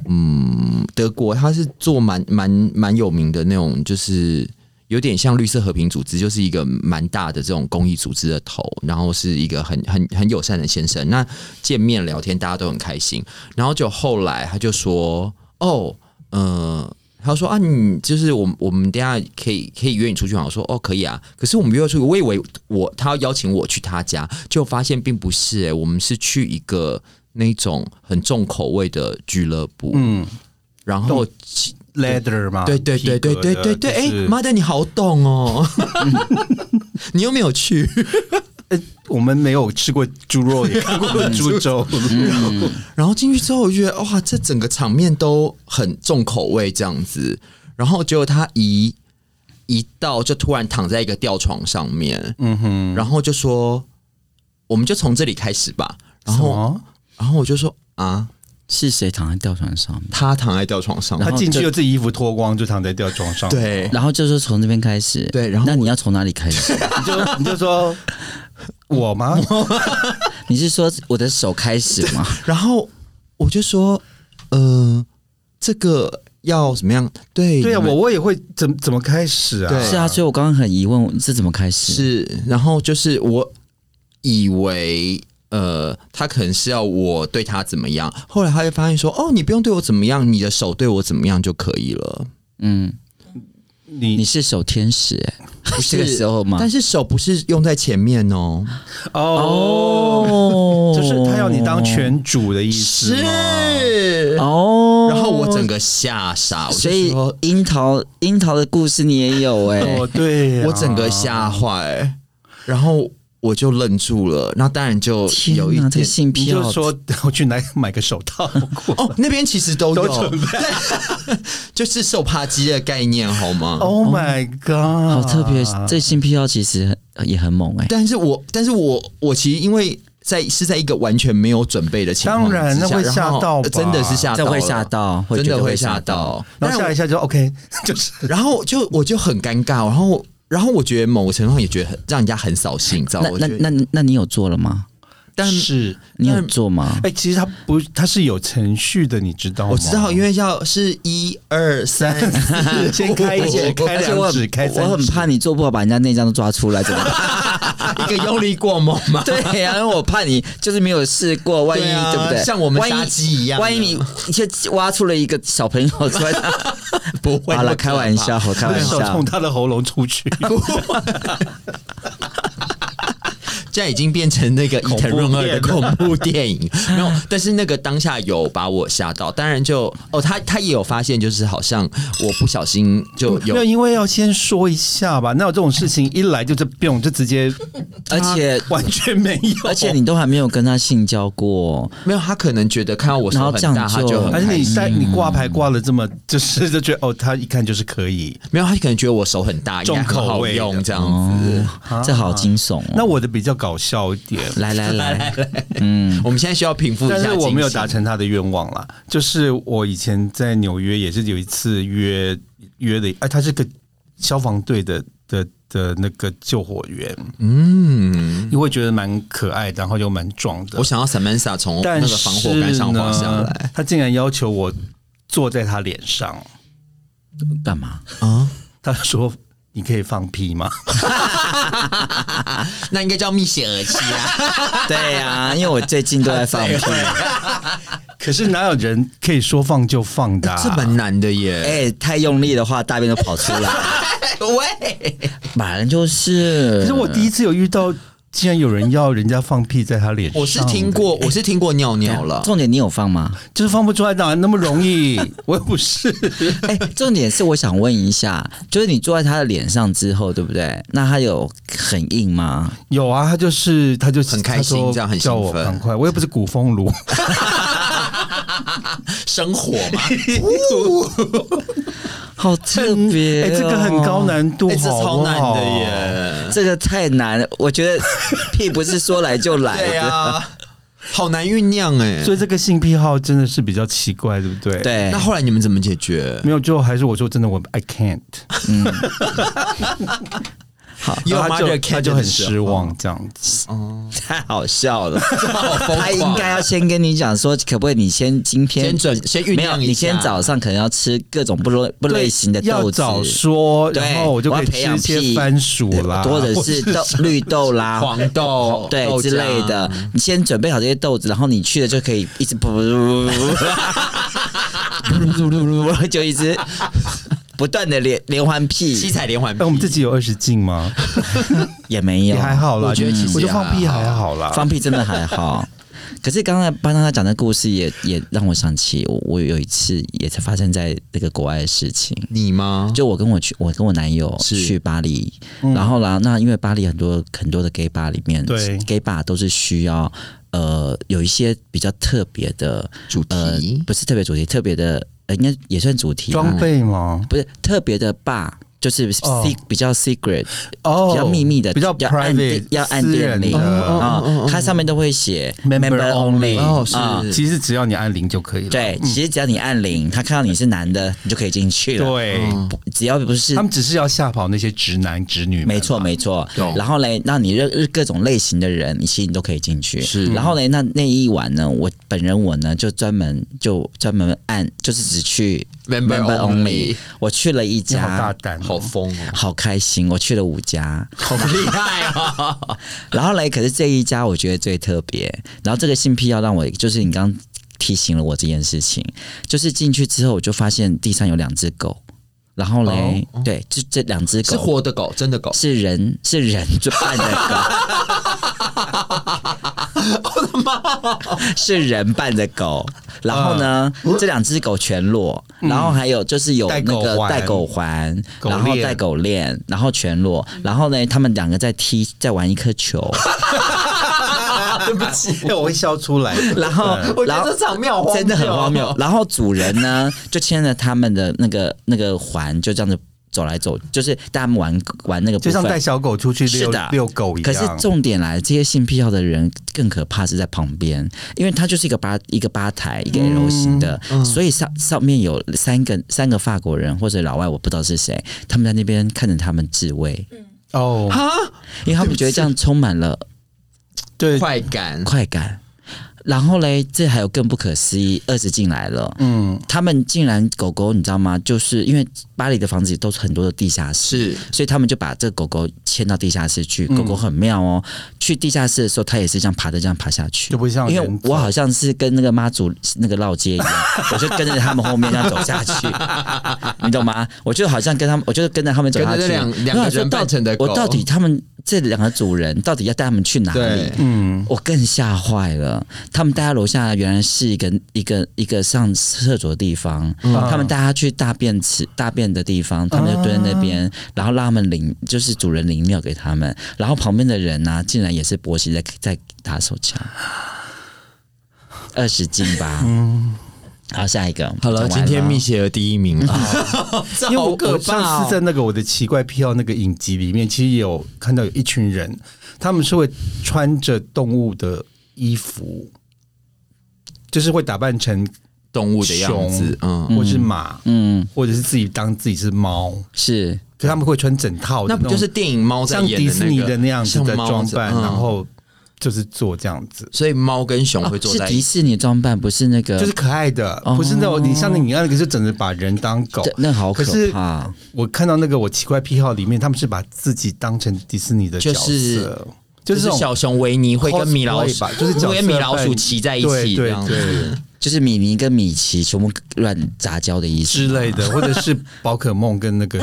[SPEAKER 2] 嗯德国，他是做蛮蛮蛮有名的那种，就是有点像绿色和平组织，就是一个蛮大的这种公益组织的头，然后是一个很很很友善的先生。那见面聊天，大家都很开心。然后就后来他就说：“哦，呃。”他说啊，你就是我们，我们等一下可以可以约你出去玩。我说哦，可以啊。可是我们约出去，我以为我他要邀请我去他家，就发现并不是、欸，我们是去一个那种很重口味的俱乐部。嗯，然后啊其
[SPEAKER 1] leather 嘛，
[SPEAKER 2] 对对对对对对对，哎、妈的，你好懂 哦！你又没有去，
[SPEAKER 1] 我们没有吃过猪肉，也看过 猪肘，
[SPEAKER 2] 然后进去之后，我就觉得哇，这整个场面都很重口味这样子。然后结果他一一到，就突然躺在一个吊床上面，嗯哼，然后就说，我们就从这里开始吧。然
[SPEAKER 1] 什
[SPEAKER 2] 后，
[SPEAKER 1] 么？
[SPEAKER 2] 然后我就说啊，
[SPEAKER 3] 是谁躺在吊床上面？
[SPEAKER 2] 他躺在吊床上
[SPEAKER 1] 他
[SPEAKER 3] 然，后
[SPEAKER 1] 进去
[SPEAKER 3] 就
[SPEAKER 1] 就自己衣服脱光，就躺在吊床上。，
[SPEAKER 2] 对，
[SPEAKER 3] 然后就是从这边开始，
[SPEAKER 2] 对然后
[SPEAKER 3] 那你要从哪里开始？
[SPEAKER 1] 你就 你就说我 吗？
[SPEAKER 3] 你是说我的手开始吗？
[SPEAKER 2] 然后我就说，呃，这个要怎么样？对，
[SPEAKER 1] 对啊，
[SPEAKER 2] 你们
[SPEAKER 1] 我我也会怎怎么开始啊？
[SPEAKER 2] 对
[SPEAKER 3] 是啊，所以我刚刚很疑问，是怎么开始？
[SPEAKER 2] 是，然后就是我以为呃，他可能是要我对他怎么样，后来他就发现说，哦，你不用对我怎么样，你的手对我怎么样就可以了。
[SPEAKER 3] 嗯，
[SPEAKER 1] 你
[SPEAKER 3] 你是手天使、欸，
[SPEAKER 2] 不
[SPEAKER 3] 这个时候吗
[SPEAKER 2] 但是手不是用在前面哦，
[SPEAKER 1] 哦，
[SPEAKER 3] 哦
[SPEAKER 1] 就是他要你当全主的意思吗。
[SPEAKER 2] 是。
[SPEAKER 3] 哦，
[SPEAKER 2] 然后我整个吓傻，我就
[SPEAKER 3] 所以
[SPEAKER 2] 说
[SPEAKER 3] 樱桃樱桃的故事你也有哎、
[SPEAKER 1] 哦，对、啊，
[SPEAKER 2] 我整个吓坏，然后我就愣住了。那当然就
[SPEAKER 3] 天
[SPEAKER 2] 有一
[SPEAKER 3] 哪，这个
[SPEAKER 2] 点
[SPEAKER 3] 性
[SPEAKER 1] 你
[SPEAKER 3] 癖
[SPEAKER 1] 就
[SPEAKER 3] 好，
[SPEAKER 1] 说 我去买买个手套，
[SPEAKER 2] 哦，那边其实都
[SPEAKER 1] 都
[SPEAKER 2] 有，
[SPEAKER 1] 准备。
[SPEAKER 2] 就是手扒鸡的概念好
[SPEAKER 3] 哦
[SPEAKER 2] 吗？
[SPEAKER 1] Oh my god，
[SPEAKER 3] 好哦特别，这性癖好其实很也很猛哎、
[SPEAKER 2] 但是我，但是我，我其实因为在是在一个完全没有准备的情
[SPEAKER 1] 当
[SPEAKER 2] 况之下，
[SPEAKER 1] 然那会
[SPEAKER 2] 然
[SPEAKER 1] 吓
[SPEAKER 2] 后呃
[SPEAKER 1] 到吧
[SPEAKER 2] 真的是吓到
[SPEAKER 3] 这
[SPEAKER 2] 了，
[SPEAKER 3] 会吓到，
[SPEAKER 2] 真
[SPEAKER 3] 觉
[SPEAKER 2] 的
[SPEAKER 3] 得
[SPEAKER 2] 会
[SPEAKER 3] 会
[SPEAKER 2] 吓
[SPEAKER 3] 到。
[SPEAKER 2] 到。
[SPEAKER 1] 然后
[SPEAKER 2] 但
[SPEAKER 1] 下一下就 OK，就是
[SPEAKER 2] 我然后就我就很尴尬，然后然后我觉得某个程度上也觉得很让人家很扫兴，你知道吗？我
[SPEAKER 3] 那
[SPEAKER 2] 觉得
[SPEAKER 3] 那那那你有做了吗？
[SPEAKER 2] 但
[SPEAKER 1] 是
[SPEAKER 3] 你有
[SPEAKER 2] 但
[SPEAKER 3] 做吗
[SPEAKER 1] 哎、？其实它不，它是有程序的，你知道吗？
[SPEAKER 2] 我知道，因为要是一二三，
[SPEAKER 1] 为 先开一指，开
[SPEAKER 3] 而且我
[SPEAKER 1] 两指，
[SPEAKER 3] 很
[SPEAKER 1] 开三指，
[SPEAKER 3] 我很怕你做不好，把人家内脏都抓出来，怎么办？
[SPEAKER 2] 一个用力过猛嘛，
[SPEAKER 3] 对啊呀、因为我怕你就是没有试过，万一
[SPEAKER 2] 对啊
[SPEAKER 3] 不对？
[SPEAKER 2] 像我们
[SPEAKER 3] 万一
[SPEAKER 2] 杀鸡一样
[SPEAKER 3] 万一你你就挖出了一个小朋友出来，
[SPEAKER 2] 不会
[SPEAKER 3] 好
[SPEAKER 2] 那么
[SPEAKER 3] 了，
[SPEAKER 2] 可怕
[SPEAKER 3] 开玩笑，我开
[SPEAKER 1] 我
[SPEAKER 3] 玩
[SPEAKER 1] 的手
[SPEAKER 3] 笑
[SPEAKER 1] 从。他的喉咙出 去，
[SPEAKER 2] 现在已经变成那个伊藤润二的
[SPEAKER 1] 恐
[SPEAKER 2] 恐怖电影， 没有，但是那个当下有把我吓到，当然就哦，他他也有发现，就是好像我不小心就
[SPEAKER 1] 嗯没有，
[SPEAKER 2] 有，
[SPEAKER 1] 因为要先说一下吧。那有这种事情一来就这病，就直接，
[SPEAKER 3] 而且
[SPEAKER 1] 完全没有，
[SPEAKER 3] 而且你都还没有跟他性交过，
[SPEAKER 2] 没有，他可能觉得看到我手很
[SPEAKER 3] 然
[SPEAKER 2] 大，
[SPEAKER 3] 后这
[SPEAKER 2] 他
[SPEAKER 3] 样就
[SPEAKER 2] 就
[SPEAKER 1] 而
[SPEAKER 2] 很
[SPEAKER 1] 且
[SPEAKER 2] 开
[SPEAKER 1] 你
[SPEAKER 2] 心，
[SPEAKER 1] 在你挂牌挂了这么，就是就觉得哦，他一看就是可以。
[SPEAKER 2] 没有，他可能觉得我手很大，应该很
[SPEAKER 1] 重口
[SPEAKER 2] 好
[SPEAKER 1] 味的
[SPEAKER 2] 用这样子。
[SPEAKER 3] 这好惊悚哦！
[SPEAKER 1] 嗯那我的比较搞笑一点，
[SPEAKER 3] 来来 来，
[SPEAKER 2] 我们现在需要平复一下
[SPEAKER 1] 哦但是
[SPEAKER 2] 惊喜，
[SPEAKER 1] 我没有达成他的愿望啦。就是我以前在纽约也是有一次约约的，哎，他是个消防队的的的那个救火员，
[SPEAKER 2] 嗯，
[SPEAKER 1] 你会觉得蛮可爱，然后又蛮壮的
[SPEAKER 2] 我。想要 Samantha 从那
[SPEAKER 1] 但
[SPEAKER 2] 个
[SPEAKER 1] 是
[SPEAKER 2] 防火杆上滑下
[SPEAKER 1] 呢
[SPEAKER 2] 来，
[SPEAKER 1] 他竟然要求我坐在他脸上，
[SPEAKER 3] 干嘛？
[SPEAKER 2] 啊，
[SPEAKER 1] 他说你可以放屁吗？
[SPEAKER 2] 那应该叫蜜雪儿期啊。
[SPEAKER 3] 对呀、因为我最近都在放屁。
[SPEAKER 1] 可是哪有人可以说放就放 的、啊？
[SPEAKER 2] 这蛮难的耶。
[SPEAKER 3] 哎、太用力的话，大便都跑出来。
[SPEAKER 2] 喂，
[SPEAKER 3] 马人就是，
[SPEAKER 1] 可是我第一次有遇到，竟然有人要人家放屁在他脸上。哎
[SPEAKER 2] 我是听，过，我是听过尿尿了。
[SPEAKER 3] 重点你有放吗？
[SPEAKER 1] 就是放不出来，哪那么容易？ 我又不是。
[SPEAKER 3] 哎、重点是我想问一下，就是你坐在他的脸上之后，对不对？那他有很硬吗？
[SPEAKER 1] 有啊，他就是他就
[SPEAKER 2] 很开心
[SPEAKER 1] 他说
[SPEAKER 2] 这样很兴
[SPEAKER 1] 叫
[SPEAKER 2] 奋
[SPEAKER 1] 我赶快，我又不是鼓风炉，
[SPEAKER 2] 生火嘛，
[SPEAKER 3] 好特别、
[SPEAKER 1] 哎、
[SPEAKER 3] 哦
[SPEAKER 1] 这个很高，难度，
[SPEAKER 2] 哎，这
[SPEAKER 1] 好
[SPEAKER 2] 超
[SPEAKER 1] 不
[SPEAKER 2] 难
[SPEAKER 1] 好
[SPEAKER 2] 的。耶。
[SPEAKER 3] 这个太难了。我觉得屁不是说来就来的。
[SPEAKER 2] 对啊，好难酝酿哎。
[SPEAKER 1] 所以这个性癖好真的是比较奇怪，对不对？，
[SPEAKER 3] 对
[SPEAKER 2] 那后来你们怎么解决？
[SPEAKER 1] 没有最后还是我说真的，我 I can't，
[SPEAKER 2] 有
[SPEAKER 1] 然后他
[SPEAKER 2] mother
[SPEAKER 1] 就
[SPEAKER 2] can
[SPEAKER 1] 他就很
[SPEAKER 2] 的时候
[SPEAKER 1] 失望这样子。
[SPEAKER 3] 太好笑 了。
[SPEAKER 2] 好疯狂
[SPEAKER 3] 他应该要先跟你讲说，可不可以你先今天
[SPEAKER 2] 先准先酝
[SPEAKER 3] 没有，
[SPEAKER 2] 酿一下
[SPEAKER 3] 你先早上可能要吃各种不类不类型的
[SPEAKER 1] 要
[SPEAKER 3] 豆子，
[SPEAKER 1] 早说，
[SPEAKER 3] 对
[SPEAKER 1] 然后我就可以
[SPEAKER 3] 我要培
[SPEAKER 1] 吃
[SPEAKER 3] 养
[SPEAKER 1] 一些
[SPEAKER 3] 屁
[SPEAKER 1] 番薯
[SPEAKER 3] 对
[SPEAKER 1] 啦，
[SPEAKER 3] 或者是 豆绿豆啦。
[SPEAKER 2] 黄豆
[SPEAKER 3] 对
[SPEAKER 2] 豆
[SPEAKER 3] 之类
[SPEAKER 2] 浆
[SPEAKER 3] 的，你先准备好这些豆子，然后你去了就可以一直噗噗噗噗噗噗噗， 就一直不断的连连环
[SPEAKER 2] 七
[SPEAKER 3] 屁
[SPEAKER 2] 彩连环屁
[SPEAKER 1] 哎，我们自己有二十斤吗？
[SPEAKER 3] 也没
[SPEAKER 1] 也
[SPEAKER 3] 有，
[SPEAKER 1] 还好啦，嗯
[SPEAKER 2] 我觉得其实
[SPEAKER 1] 我就啊放屁
[SPEAKER 2] 还好
[SPEAKER 1] 还好啦。
[SPEAKER 3] 放屁真的还好。可是刚才班上他讲的故事也也让我想起我我有一次也是发生在那个国外的事情，
[SPEAKER 2] 你吗？
[SPEAKER 3] 就我跟我去，我跟我男友
[SPEAKER 2] 是
[SPEAKER 3] 去巴黎，
[SPEAKER 1] 嗯
[SPEAKER 3] 然后啦，那因为巴黎很多很多的 gay bar 里面，
[SPEAKER 1] 对
[SPEAKER 3] ，gay bar 都是需要呃有一些比较特别的
[SPEAKER 2] 主
[SPEAKER 3] 呃
[SPEAKER 2] 题，
[SPEAKER 3] 不是特别主题，特别的、呃、应该也算主题吧，
[SPEAKER 1] 装备吗？
[SPEAKER 3] 不是特别的 bar。就是 s
[SPEAKER 1] 哦
[SPEAKER 3] 比较 secret，、
[SPEAKER 1] 哦，
[SPEAKER 3] 比较秘密的，
[SPEAKER 1] 比较
[SPEAKER 3] 要按
[SPEAKER 1] private，
[SPEAKER 3] 要按
[SPEAKER 1] 私
[SPEAKER 3] 电
[SPEAKER 1] 人
[SPEAKER 3] 铃
[SPEAKER 1] 的
[SPEAKER 2] 哦
[SPEAKER 3] 啊，它上面都会写
[SPEAKER 1] Member only
[SPEAKER 2] 哦是
[SPEAKER 3] 啊
[SPEAKER 2] 嗯
[SPEAKER 1] 其实只要你按铃就可以了。
[SPEAKER 3] 对，其实只要你按铃，他看到你是男的，你就可以进去了。
[SPEAKER 1] 对，
[SPEAKER 3] 不，只要不是
[SPEAKER 1] 他们只是要吓跑那些直男直女们嘛。啊
[SPEAKER 3] 没错，没错
[SPEAKER 2] 懂。
[SPEAKER 3] 然后嘞，那你认各种类型的人，你其实你都可以进去。
[SPEAKER 2] 是
[SPEAKER 3] 然后嘞，那那一晚呢，我本人我呢就专门就专门按，就是只去
[SPEAKER 2] Member only
[SPEAKER 3] 我去了一
[SPEAKER 1] 你好大
[SPEAKER 3] 家，
[SPEAKER 1] 胆哦，
[SPEAKER 2] 好疯哦，
[SPEAKER 3] 好开心，我去了五家。
[SPEAKER 2] 好厉害啊！
[SPEAKER 3] 然后嘞，可是这一家我觉得最特别。然后这个性癖要让我，就是你刚刚提醒了我这件事情，就是进去之后我就发现地上有两只狗。然后嘞，对，就这两只狗
[SPEAKER 2] 哦是活的狗，真的狗，
[SPEAKER 3] 是人是人就扮的狗， 我的妈！是人扮的狗，然后呢，这两只狗全裸，然后还有就是有
[SPEAKER 1] 带
[SPEAKER 3] 那
[SPEAKER 1] 嗯狗
[SPEAKER 3] 个
[SPEAKER 1] 环
[SPEAKER 3] 带狗环，
[SPEAKER 1] 狗
[SPEAKER 3] 然后
[SPEAKER 1] 链
[SPEAKER 3] 带狗链，然后全裸，然后呢，他们两个在踢，在玩一 颗球，
[SPEAKER 1] 嗯对不起， 我会笑出来。
[SPEAKER 3] 然后然后。
[SPEAKER 2] 场面
[SPEAKER 1] 啊
[SPEAKER 3] 真的很荒谬。然后主人呢，就牵着他们的那个那个环，就这样子走来走，就是带他们玩玩那个部
[SPEAKER 1] 就
[SPEAKER 3] 分，
[SPEAKER 1] 像带小狗出去
[SPEAKER 3] 是
[SPEAKER 1] 遛
[SPEAKER 3] 的
[SPEAKER 1] 遛狗一
[SPEAKER 3] 可是
[SPEAKER 1] 样。
[SPEAKER 3] 重点来，这些性癖好的人更可怕是在旁边，因为它就是一个吧一个吧台，一个
[SPEAKER 1] 嗯
[SPEAKER 3] L 型的，所以上上面有三个三个法国人或者老外，我不知道是谁，他们在那边看着他们自慰，
[SPEAKER 1] 哦，
[SPEAKER 3] 因为他们觉得这样充满了
[SPEAKER 1] 对，
[SPEAKER 2] 快感，
[SPEAKER 3] 快感。然后嘞，这还有更不可思议，二十进来了，
[SPEAKER 1] 嗯，
[SPEAKER 3] 他们竟然狗狗，你知道吗？就是因为巴黎的房子都是很多的地下室，
[SPEAKER 2] 是
[SPEAKER 3] 所以他们就把这个狗狗牵到地下室去。狗狗
[SPEAKER 1] 嗯
[SPEAKER 3] 很妙哦，去地下室的时候，它也是这样爬着这样爬下去
[SPEAKER 1] 就。不像
[SPEAKER 3] 因为
[SPEAKER 1] 人
[SPEAKER 3] 我好像是跟那个妈祖那个绕街 一样，我就跟着他们后面这样走下去，你懂吗？我就好像跟他们，我就跟着他们走下去。
[SPEAKER 2] 跟着这两两
[SPEAKER 3] 我
[SPEAKER 2] 个人
[SPEAKER 3] 想说到
[SPEAKER 2] 扮成的狗
[SPEAKER 3] 我到底他们这两个主人到底要带他们去哪里
[SPEAKER 2] 对？
[SPEAKER 1] 嗯，
[SPEAKER 3] 我更吓坏了，他们带他楼下原来是一个一个一个上厕所的地方，
[SPEAKER 2] 嗯
[SPEAKER 3] 他们带他去大便池大便的地方，他们就蹲在那
[SPEAKER 2] 啊
[SPEAKER 3] 边，然后让他们淋，就是主人淋尿给他们，然后旁边的人呢、竟然也是勃起在在打手枪，二十斤吧。好，下一个
[SPEAKER 2] 嗯好了，今天蜜雪儿第一名啊，这
[SPEAKER 1] 因为我
[SPEAKER 2] 好可
[SPEAKER 1] 我
[SPEAKER 2] 怕
[SPEAKER 1] 上次在
[SPEAKER 2] 哦！
[SPEAKER 1] 那个我的奇怪癖好那个影集里面，其实也有看到有一群人，他们是会穿着动物的衣服，就是会打扮成
[SPEAKER 2] 动物的样子，嗯，
[SPEAKER 1] 或是马，
[SPEAKER 3] 嗯
[SPEAKER 1] 或者是自己当自己是猫，
[SPEAKER 3] 是
[SPEAKER 1] 可他们会穿整套的
[SPEAKER 2] 那
[SPEAKER 1] 那
[SPEAKER 2] 不
[SPEAKER 1] 种，
[SPEAKER 2] 就是电影猫在
[SPEAKER 1] 像
[SPEAKER 2] 演
[SPEAKER 1] 迪
[SPEAKER 2] 的
[SPEAKER 1] 士尼
[SPEAKER 2] 那
[SPEAKER 1] 的
[SPEAKER 2] 个
[SPEAKER 1] 那样子
[SPEAKER 2] 像
[SPEAKER 1] 的
[SPEAKER 2] 猫
[SPEAKER 1] 装
[SPEAKER 2] 子
[SPEAKER 1] 扮，
[SPEAKER 2] 嗯
[SPEAKER 1] 然后就是做这样子，
[SPEAKER 2] 所以猫跟熊会坐
[SPEAKER 3] 哦是
[SPEAKER 2] 在
[SPEAKER 3] 迪
[SPEAKER 2] 一起。
[SPEAKER 3] 士尼装扮，不是那个，
[SPEAKER 1] 就是可爱的，
[SPEAKER 2] 哦
[SPEAKER 1] 不是那种你像你那个就整的把人当狗。
[SPEAKER 3] 这那好
[SPEAKER 1] 可是
[SPEAKER 2] 哦
[SPEAKER 3] 怕。
[SPEAKER 1] 我看到那个我奇怪癖好里面，他们是把自己当成迪士尼的角
[SPEAKER 2] 就是
[SPEAKER 1] 色，
[SPEAKER 2] 就
[SPEAKER 1] 就是这种
[SPEAKER 2] 小熊维尼会跟米老
[SPEAKER 1] cosplay
[SPEAKER 2] 鼠
[SPEAKER 1] 吧，就是 角色
[SPEAKER 2] 会跟米老鼠
[SPEAKER 1] 扮
[SPEAKER 2] 骑在一
[SPEAKER 1] 对
[SPEAKER 2] 起这
[SPEAKER 1] 对
[SPEAKER 2] 样
[SPEAKER 1] 对
[SPEAKER 2] 子。
[SPEAKER 3] 就是米妮跟米奇全部乱杂交的意思
[SPEAKER 1] 之类的，或者是宝可梦跟 那个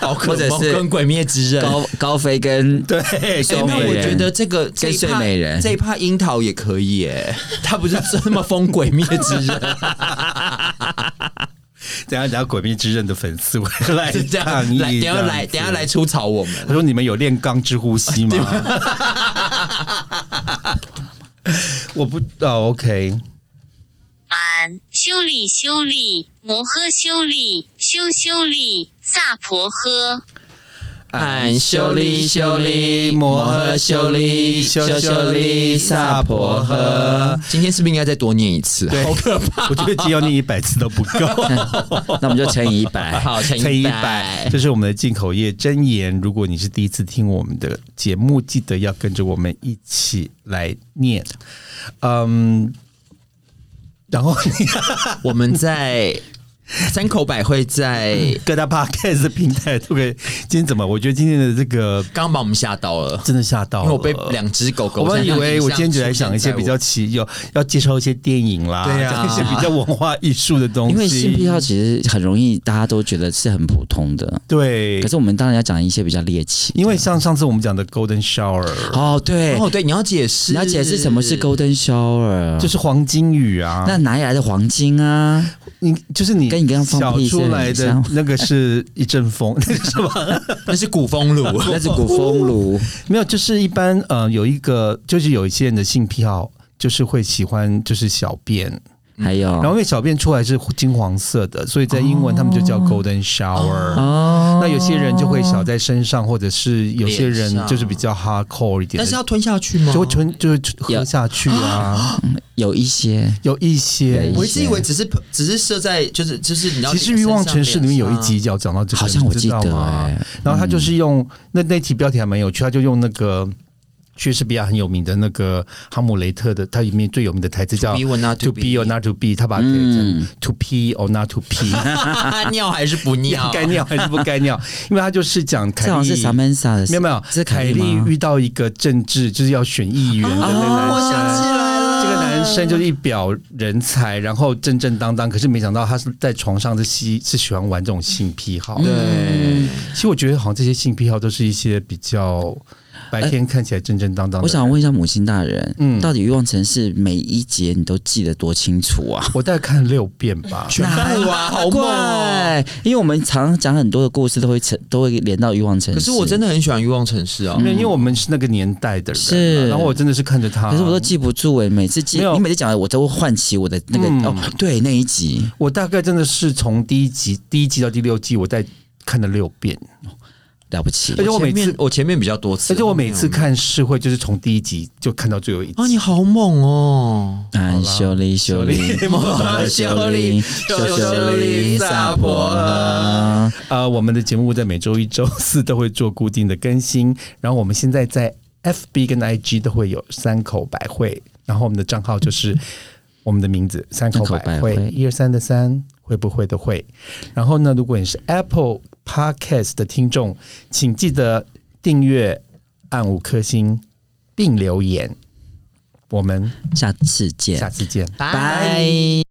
[SPEAKER 2] 宝可
[SPEAKER 3] 或者
[SPEAKER 2] 梦
[SPEAKER 3] 是
[SPEAKER 2] 跟鬼灭之刃。
[SPEAKER 3] 高高飞 跟
[SPEAKER 1] 对，
[SPEAKER 2] 哎
[SPEAKER 3] 小
[SPEAKER 2] 那
[SPEAKER 3] 美
[SPEAKER 2] 我
[SPEAKER 3] 人
[SPEAKER 2] 觉得这个这
[SPEAKER 3] 跟
[SPEAKER 2] 一
[SPEAKER 3] 睡
[SPEAKER 2] 趴
[SPEAKER 3] 美人
[SPEAKER 2] 这一趴樱桃也可以 耶，他不是这么疯鬼灭之刃，
[SPEAKER 1] 等一下等一下鬼灭之刃的粉丝会来
[SPEAKER 2] 是 这样
[SPEAKER 1] 抗议
[SPEAKER 2] 来，等一
[SPEAKER 1] 这
[SPEAKER 2] 下
[SPEAKER 1] 样
[SPEAKER 2] 来，
[SPEAKER 1] 子
[SPEAKER 2] 等一下来吐槽我们。
[SPEAKER 1] 他说：“你们有练钢之呼吸吗？” 我不哦，OK，
[SPEAKER 4] 俺修理修理摩诃修理修修理萨婆诃。
[SPEAKER 3] 哎
[SPEAKER 2] 俺修利哎修利摩诃修利修修利萨婆诃。今天是不是应该再多念一次？啊
[SPEAKER 1] 对，好可怕！我觉得只要念一百次都不 够。
[SPEAKER 3] 那我们就乘以一百。
[SPEAKER 2] 好，乘
[SPEAKER 1] 乘
[SPEAKER 2] 以
[SPEAKER 1] 以
[SPEAKER 2] 一
[SPEAKER 1] 百，
[SPEAKER 2] 百。
[SPEAKER 1] 这是我们的进口业真言。如果你是第一次听我们的节目，记得要跟着我们一起来念。嗯，然后你
[SPEAKER 2] 我们在三口百会在
[SPEAKER 1] 各大 podcast 的平台都可以。今天怎么？我觉得今天的这个
[SPEAKER 2] 刚刚把我们吓到 了，
[SPEAKER 1] 真的吓到
[SPEAKER 2] 因
[SPEAKER 1] 了，
[SPEAKER 2] 为我被两只狗狗
[SPEAKER 1] 我
[SPEAKER 2] 在
[SPEAKER 1] 本
[SPEAKER 2] 那
[SPEAKER 1] 以
[SPEAKER 2] 个影像出现在
[SPEAKER 1] 为
[SPEAKER 2] 我。
[SPEAKER 1] 我今天只来讲一些比较奇，有要介绍一些电影啦，
[SPEAKER 2] 对啊
[SPEAKER 1] 讲一些比较文化艺术的东西。
[SPEAKER 3] 因为性癖好其实很容易，大家都觉得是很普通的。
[SPEAKER 1] 对
[SPEAKER 3] 可，是我们当然要讲一些比较猎奇。
[SPEAKER 1] 因为像上次我们讲的 Golden Shower，
[SPEAKER 3] 哦，对，
[SPEAKER 1] 哎
[SPEAKER 2] 哦，对，你要解释，
[SPEAKER 3] 你要解释什么是 golden shower，
[SPEAKER 1] 就是黄金雨啊，
[SPEAKER 3] 那哪里来的黄金啊？
[SPEAKER 1] 你就是你
[SPEAKER 3] 跟你刚刚放
[SPEAKER 1] 小
[SPEAKER 3] 屁是
[SPEAKER 1] 出来
[SPEAKER 3] 很
[SPEAKER 1] 的
[SPEAKER 3] 像，
[SPEAKER 1] 那个是一阵风， 那个是吧？
[SPEAKER 2] 那是古 风炉，
[SPEAKER 3] 那是古风炉，
[SPEAKER 1] 没有，就是一般呃，有一个就是有一些人的性癖好。就是会喜欢就是小便，
[SPEAKER 3] 还
[SPEAKER 1] 然后
[SPEAKER 3] 有
[SPEAKER 1] 因为小便出来是金黄色的，所以在英文他们就叫 golden shower。
[SPEAKER 3] 哦，
[SPEAKER 1] 那有些人就会小在身上，或者是有些
[SPEAKER 2] 脸
[SPEAKER 1] 人
[SPEAKER 2] 上
[SPEAKER 1] 就是比较 hardcore 一点
[SPEAKER 2] 但是
[SPEAKER 1] 的，
[SPEAKER 2] 要吞下去吗？
[SPEAKER 1] 就会吞，就会喝下去啊。
[SPEAKER 3] 有一些
[SPEAKER 1] 有一
[SPEAKER 3] 有一
[SPEAKER 1] 些
[SPEAKER 3] 些，
[SPEAKER 2] 我一直以为只是只是射在，就是就是你知道
[SPEAKER 1] 其实《欲望城市》里面有一集要讲到这个，
[SPEAKER 3] 好像我
[SPEAKER 1] 你
[SPEAKER 3] 记
[SPEAKER 1] 知道
[SPEAKER 3] 得
[SPEAKER 1] 吗
[SPEAKER 3] 哎，
[SPEAKER 1] 然后他就是用那那题标题还蛮有趣，他就用那个莎士比亚很有名的那个《哈姆雷特》的，它里面最有名的台词叫
[SPEAKER 2] To 啊 be or not to
[SPEAKER 1] “to be or not to be”，他把
[SPEAKER 3] 嗯
[SPEAKER 1] 它改成 “to pee or not to pee”。
[SPEAKER 2] 啊 尿还是不尿？
[SPEAKER 1] 该 尿还是不该尿？因为他就是讲凯
[SPEAKER 3] 这好像
[SPEAKER 1] 莉，
[SPEAKER 3] 是 Samantha 的事，
[SPEAKER 1] 没有没有，
[SPEAKER 3] 这是
[SPEAKER 1] 凯
[SPEAKER 3] 凯
[SPEAKER 1] 莉
[SPEAKER 3] 莉吗
[SPEAKER 1] 遇到一个政治就是要选议员的那个
[SPEAKER 3] 啊
[SPEAKER 1] 男
[SPEAKER 2] 我
[SPEAKER 1] 生，
[SPEAKER 2] 想起来了，
[SPEAKER 1] 这个男生就是一表人才，然后正正当当，可是没想到他是在床上是喜是喜欢玩这种性癖好。
[SPEAKER 2] 对，
[SPEAKER 1] 其实我觉得好像这些性癖好都是一些比较白天看起来正正当当的。
[SPEAKER 3] 我想问一下母亲大人，
[SPEAKER 1] 嗯
[SPEAKER 3] 到底欲望城市每一节你都记得多清楚啊？
[SPEAKER 1] 我大概看六遍吧。
[SPEAKER 2] 全部啊，好猛哦！
[SPEAKER 3] 怪，因为我们常常讲很多的故事都会成都会连到欲望城市，
[SPEAKER 2] 可是我真
[SPEAKER 3] 的，
[SPEAKER 2] 的很喜欢《欲望城市》啊
[SPEAKER 1] 因，为因为我们是那个年代的人啊，
[SPEAKER 3] 是
[SPEAKER 1] 然后我真的是看着他，
[SPEAKER 3] 可是我都记不住哎、每次记
[SPEAKER 1] 啊没有
[SPEAKER 3] 你每次讲的我都会唤起我的那个、
[SPEAKER 1] 嗯
[SPEAKER 3] 哦，对那一集，
[SPEAKER 1] 我大概真的是从第一集第一集到第六季，我在看了六遍，
[SPEAKER 3] 了不起
[SPEAKER 1] 而，且我每
[SPEAKER 2] 前
[SPEAKER 1] 次
[SPEAKER 2] 面，我前面比较多次，哦
[SPEAKER 1] 而且我每次看是会就是从第一集就看到最后一集。
[SPEAKER 2] 啊，你好猛哦！
[SPEAKER 3] 安修利修利
[SPEAKER 1] 修利
[SPEAKER 3] 摩修利修修利萨婆诃。
[SPEAKER 1] 呃，我们的节目在每周一、周四都会做固定的更新，然后我们现在在 FB 跟 IG 都会有三口百会，然后我们的账号就是我们的名字三口百
[SPEAKER 3] 三口百
[SPEAKER 1] 会
[SPEAKER 3] 会，
[SPEAKER 1] 一二三的三，会不会的会。然后呢，如果你是 Apple Podcast 的听众，请记得订阅、按五颗星并留言。我们
[SPEAKER 3] 下次见
[SPEAKER 1] 下，次见。
[SPEAKER 3] 拜。